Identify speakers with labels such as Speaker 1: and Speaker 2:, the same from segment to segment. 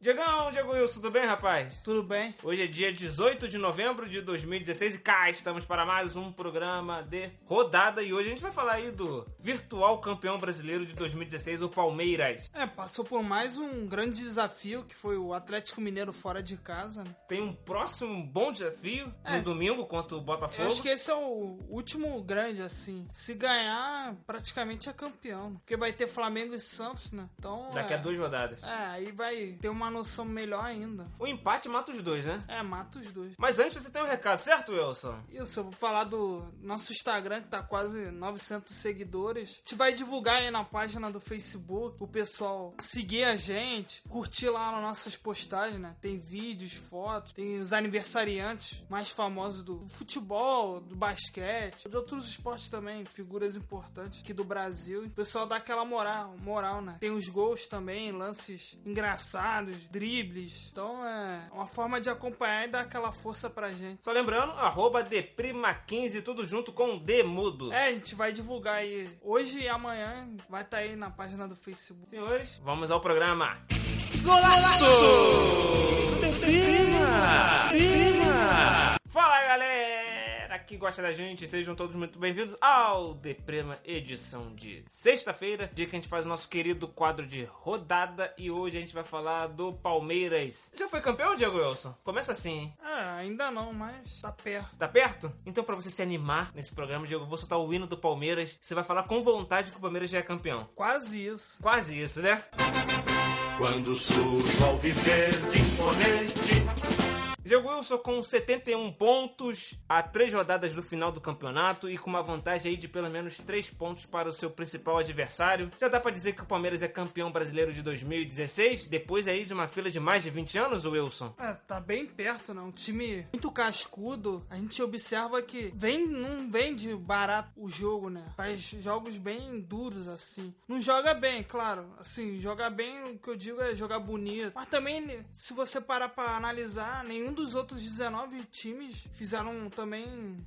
Speaker 1: Diegão, Diego Wilson, tudo bem, rapaz?
Speaker 2: Tudo bem?
Speaker 1: Hoje é dia 18 de novembro de 2016 e cá estamos para mais um programa de rodada. E hoje a gente vai falar aí do virtual campeão brasileiro de 2016, o Palmeiras.
Speaker 2: É, passou por mais um grande desafio que foi o Atlético Mineiro fora de casa, né?
Speaker 1: Tem um próximo bom desafio
Speaker 2: É.
Speaker 1: no domingo contra o Botafogo.
Speaker 2: Eu acho que esse é o último grande, assim. Se ganhar, praticamente é campeão. né? Porque vai ter Flamengo e Santos, né? Então.
Speaker 1: Daqui
Speaker 2: é...
Speaker 1: a duas rodadas.
Speaker 2: É, aí vai ter uma noção melhor ainda.
Speaker 1: O empate mata os dois, né?
Speaker 2: É, mata os dois.
Speaker 1: Mas antes você tem um recado, certo, Wilson?
Speaker 2: Isso, eu vou falar do nosso Instagram, que tá quase 900 seguidores. A gente vai divulgar aí na página do Facebook, o pessoal seguir a gente, curtir lá nas nossas postagens, né? Tem vídeos, fotos, tem os aniversariantes mais famosos do futebol, do basquete, de outros esportes também, figuras importantes aqui do Brasil. O pessoal dá aquela moral, moral, né? Tem os gols também, lances engraçados, dribles. Então é uma forma de acompanhar e dar aquela força pra gente.
Speaker 1: Só lembrando, arroba Deprima15, tudo junto com Demudo.
Speaker 2: É, a gente vai divulgar aí hoje e amanhã. Vai estar aí na página do Facebook.
Speaker 1: Senhores, vamos ao programa. Fala galera que gosta da gente, sejam todos muito bem-vindos ao Deprema edição de sexta-feira, dia que a gente faz o nosso querido quadro de rodada e hoje a gente vai falar do Palmeiras. Já foi campeão, Diego Wilson? Começa assim, hein?
Speaker 2: Ah, ainda não, mas tá perto.
Speaker 1: Tá perto? Então, pra você se animar nesse programa, Diego, eu vou soltar o hino do Palmeiras. Você vai falar com vontade que o Palmeiras já é campeão.
Speaker 2: Quase isso.
Speaker 1: Quase isso, né?
Speaker 3: Quando surge o alviverde imponente,
Speaker 1: Diego Wilson com 71 pontos a três rodadas do final do campeonato e com uma vantagem aí de pelo menos 3 pontos para o seu principal adversário. Já dá pra dizer que o Palmeiras é campeão brasileiro de 2016, depois aí de uma fila de mais de 20 anos, o Wilson.
Speaker 2: É, tá bem perto, né? Um time muito cascudo. A gente observa que vem, não vende barato o jogo, né? Faz jogos bem duros, assim. Não joga bem, claro. Assim, jogar bem, o que eu digo é jogar bonito. Mas também, se você parar pra analisar, nenhum dos outros 19 times fizeram também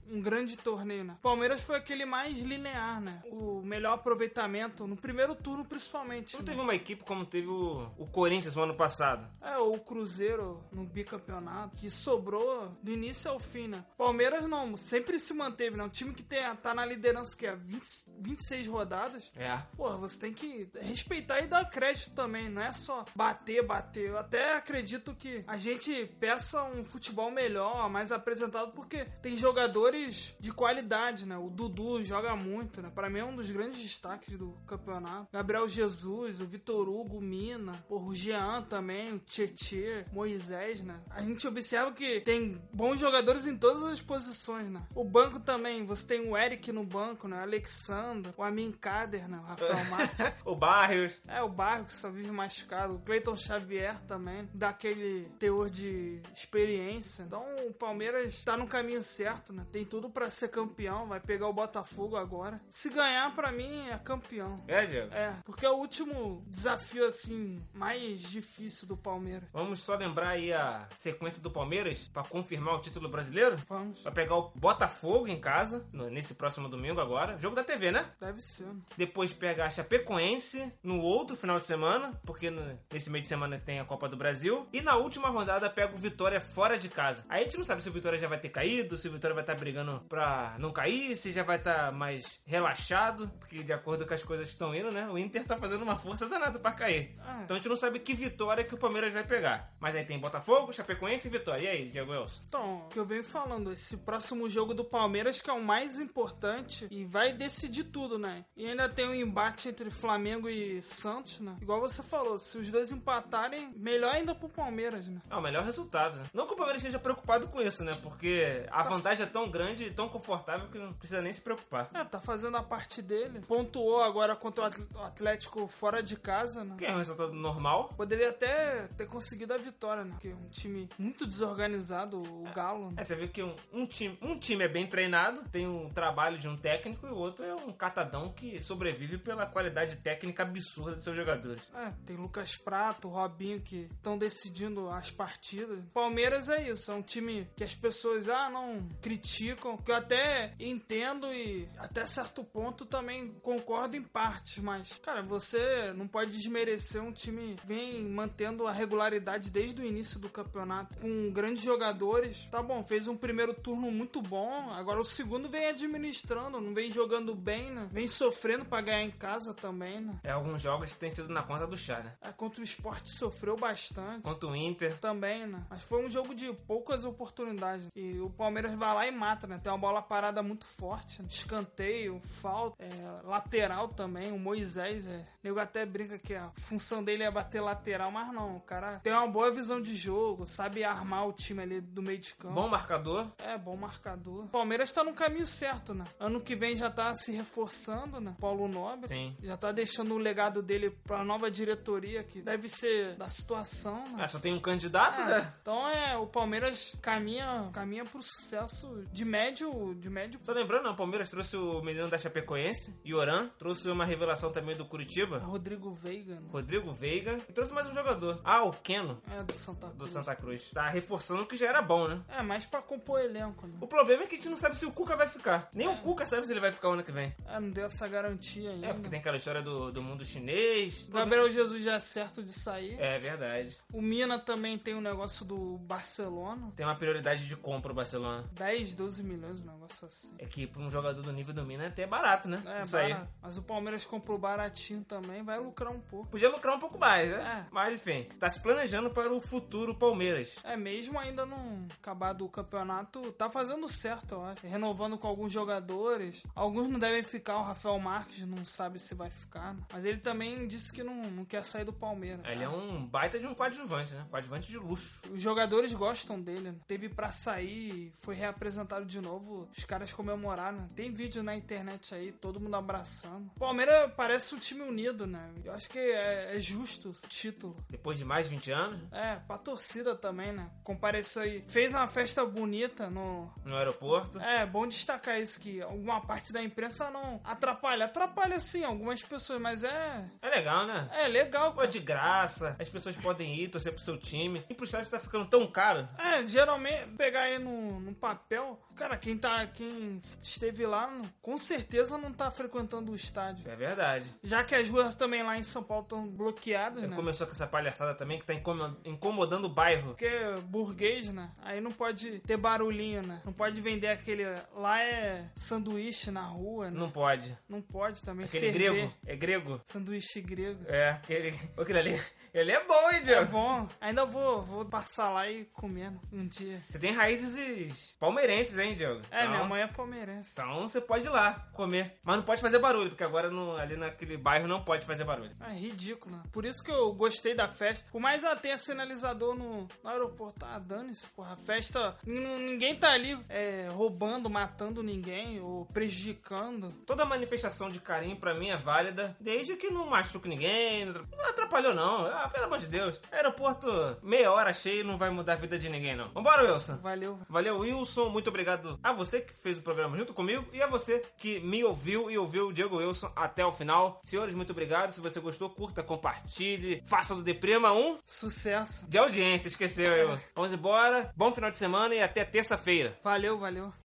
Speaker 2: um grande torneio, né? Palmeiras foi aquele mais linear, né? O melhor aproveitamento no primeiro turno, principalmente.
Speaker 1: Não
Speaker 2: né?
Speaker 1: teve uma equipe como teve o, o Corinthians no ano passado.
Speaker 2: É, ou o Cruzeiro no bicampeonato, que sobrou do início ao fim, né? Palmeiras não, sempre se manteve, né? Um time que tem, tá na liderança que é 20, 26 rodadas.
Speaker 1: É.
Speaker 2: Porra, você tem que respeitar e dar crédito também, não é só bater, bater. Eu até acredito que a gente peça um futebol melhor, mais apresentado, porque tem jogadores de qualidade, né? O Dudu joga muito, né? Pra mim é um dos grandes destaques do campeonato. Né? Gabriel Jesus, o Vitor Hugo, o Mina, porra, o Jean também, o Tietê, Moisés, né? A gente observa que tem bons jogadores em todas as posições, né? O banco também, você tem o Eric no banco, né? O Alexander, o Amin Kader, né? O Rafael Marques.
Speaker 1: o Barrios.
Speaker 2: É, o Barco que só vive machucado. O Cleiton Xavier também, daquele teor de experiência. Então o Palmeiras tá no caminho certo, né? Tem tudo pra ser campeão, vai pegar o Botafogo agora. Se ganhar, pra mim, é campeão.
Speaker 1: É, Diego?
Speaker 2: É, porque é o último desafio, assim, mais difícil do Palmeiras.
Speaker 1: Vamos só lembrar aí a sequência do Palmeiras pra confirmar o título brasileiro?
Speaker 2: Vamos.
Speaker 1: Vai pegar o Botafogo em casa, no- nesse próximo domingo agora. Jogo da TV, né?
Speaker 2: Deve ser. né?
Speaker 1: Depois pega a Chapecoense no outro final de semana, porque no- nesse meio de semana tem a Copa do Brasil. E na última rodada pega o Vitória fora de casa. Aí a gente não sabe se o Vitória já vai ter caído, se o Vitória vai estar brigando pra não cair, se já vai estar mais relaxado, porque de acordo com as coisas que estão indo, né? O Inter tá fazendo uma força danada pra cair.
Speaker 2: Ah.
Speaker 1: Então a gente não sabe que vitória que o Palmeiras vai pegar. Mas aí tem Botafogo, Chapecoense e Vitória. E aí, Diego Elson?
Speaker 2: Então, o que eu venho falando, esse próximo jogo do Palmeiras que é o mais importante e vai decidir tudo, né? E ainda tem um embate entre Flamengo e Santos, né? Igual você falou, se os dois empatarem, melhor ainda pro Palmeiras, né?
Speaker 1: É o melhor resultado. né? Não que o Palmeiras esteja preocupado com isso, né? Porque a vantagem é tão grande e tão confortável que não precisa nem se preocupar.
Speaker 2: É, tá fazendo a parte dele. Pontuou agora contra o Atl- o Atlético fora de casa, né?
Speaker 1: Que é um resultado normal.
Speaker 2: Poderia até ter conseguido a vitória, né? Porque é um time muito desorganizado, o Galo. né?
Speaker 1: É, você vê que um, um time, um time é bem treinado, tem um trabalho de um técnico, e o outro é um catadão que sobrevive pela qualidade técnica absurda dos seus jogadores.
Speaker 2: É, tem Lucas Prato, Robinho que estão decidindo as partidas. Palmeiras Palmeiras é isso, é um time que as pessoas ah, não criticam, que eu até entendo e até certo ponto também concordo em partes, mas cara, você não pode desmerecer um time que vem mantendo a regularidade desde o início do campeonato com grandes jogadores. Tá bom, fez um primeiro turno muito bom, agora o segundo vem administrando, não vem jogando bem, né? Vem sofrendo pra ganhar em casa também, né?
Speaker 1: É alguns jogos que tem sido na conta do chá, né?
Speaker 2: É, contra o esporte sofreu bastante.
Speaker 1: Contra o Inter.
Speaker 2: Também, né? Mas foi um jogo de poucas oportunidades. E o Palmeiras vai lá e mata, né? Tem uma bola parada muito forte, né? escanteio, falta, é, lateral também. O Moisés, é. O nego até brinca que a função dele é bater lateral, mas não. O cara tem uma boa visão de jogo, sabe armar o time ali do meio de campo.
Speaker 1: Bom marcador.
Speaker 2: É, bom marcador. O Palmeiras tá no caminho certo, né? Ano que vem já tá se reforçando, né? Paulo Nobre.
Speaker 1: Sim.
Speaker 2: Já tá deixando o legado dele pra nova diretoria, que deve ser da situação, né?
Speaker 1: Ah, só tem um candidato,
Speaker 2: É,
Speaker 1: né?
Speaker 2: Então é, o Palmeiras caminha, caminha pro sucesso de médio, de médio.
Speaker 1: Só lembrando, né, o Palmeiras trouxe o menino da Chapecoense, Ioran. Trouxe uma revelação também do Curitiba,
Speaker 2: Rodrigo Veiga, né?
Speaker 1: Rodrigo Veiga. E trouxe mais um jogador. Ah, o Keno,
Speaker 2: É, do Santa Cruz.
Speaker 1: do Santa Cruz. Tá reforçando o que já era bom, né?
Speaker 2: É, mais pra compor elenco, né?
Speaker 1: O problema é que a gente não sabe se o Cuca vai ficar. Nem o Cuca sabe se ele vai ficar o ano que vem.
Speaker 2: É, não deu essa garantia ainda.
Speaker 1: É, porque tem aquela história do, do mundo chinês.
Speaker 2: O Gabriel Jesus já é certo de sair.
Speaker 1: É verdade.
Speaker 2: O Mina também tem o negócio do Barcelona.
Speaker 1: Tem uma prioridade de compra o Barcelona.
Speaker 2: 10, 12 milhões, um negócio assim.
Speaker 1: É que pra um jogador do nível do Mina é até barato, né?
Speaker 2: É,
Speaker 1: Isso aí.
Speaker 2: barato. Mas o Palmeiras comprou baratinho também, vai lucrar um pouco.
Speaker 1: Podia lucrar um pouco mais, né?
Speaker 2: É.
Speaker 1: Mas enfim, tá se planejando para o futuro Palmeiras.
Speaker 2: É, mesmo ainda não acabado o campeonato, tá fazendo certo, eu acho. Renovando com alguns jogadores. Alguns não devem ficar, o Rafael Marques não sabe se vai ficar. né? Mas ele também disse que não, não quer sair do Palmeiras.
Speaker 1: Ele é um baita de um coadjuvante, né? Coadjuvante de luxo.
Speaker 2: Os jogadores gostam dele, né? Teve pra sair, foi reapresentado de novo. Os caras comemoraram. né? Tem vídeo na internet aí, todo mundo abraçando. Palmeiras parece um time unido, né? Eu acho que é, é justo o título.
Speaker 1: Depois de mais 20 anos, né,
Speaker 2: É, pra torcida também, né? Compareceu aí. Fez uma festa bonita no.
Speaker 1: no aeroporto.
Speaker 2: É, bom destacar isso que alguma parte da imprensa não atrapalha. Atrapalha sim algumas pessoas, mas é.
Speaker 1: É legal, né?
Speaker 2: É legal,
Speaker 1: Pô, é
Speaker 2: cara.
Speaker 1: de graça. As pessoas podem ir, torcer pro seu time. E pro estádio tá ficando tão caro.
Speaker 2: É, geralmente, pegar aí no, no papel, cara, quem tá. Quem esteve lá, não- com certeza não tá frequentando o estádio.
Speaker 1: É verdade.
Speaker 2: Já que as ruas também lá em São Paulo estão bloqueadas, né?
Speaker 1: Começou com essa palhaçada também que tá incomo- incomodando o bairro.
Speaker 2: Porque é burguês, né? Aí não pode ter barulhinho, né? Não pode vender aquele. Lá é sanduíche na rua, né? Não,
Speaker 1: Não pode.
Speaker 2: pode também
Speaker 1: Aquele
Speaker 2: servir.
Speaker 1: grego. É grego?
Speaker 2: Sanduíche grego.
Speaker 1: É, aquele. Aquele ali. Ele é bom, hein,
Speaker 2: É
Speaker 1: Diego?
Speaker 2: bom. Ainda vou, vou passar lá e comer um dia.
Speaker 1: Você tem raízes palmeirenses, hein, Diego?
Speaker 2: É, minha
Speaker 1: Então-
Speaker 2: mãe é palmeirense.
Speaker 1: Então você pode ir lá comer. Mas não pode fazer barulho, porque agora no- ali naquele bairro não pode fazer barulho.
Speaker 2: É ridículo, né? Por isso que eu gostei da festa. Por mais ela tenha sinalizador no, no aeroporto. Ah, dane-se, porra. A festa. n- Ninguém tá ali é, roubando, matando ninguém ou prejudicando.
Speaker 1: Toda manifestação de carinho pra mim é válida, desde que não machuque ninguém, não atra- não atrapalhou não. Ah, pelo amor de Deus. Aeroporto meia hora cheio não vai mudar a vida de ninguém não. Vambora, Wilson.
Speaker 2: Valeu.
Speaker 1: Valeu, Wilson. Muito obrigado a você que fez o programa junto comigo e a você que me ouviu e ouviu o Diego Wilson até o final. Senhores, muito obrigado. Se você gostou, curta, compartilhe. Faça do Deprema um
Speaker 2: Sucesso.
Speaker 1: de audiência. Esqueceu, Wilson. Vamos embora. Bom final de semana e até terça-feira.
Speaker 2: Valeu, valeu.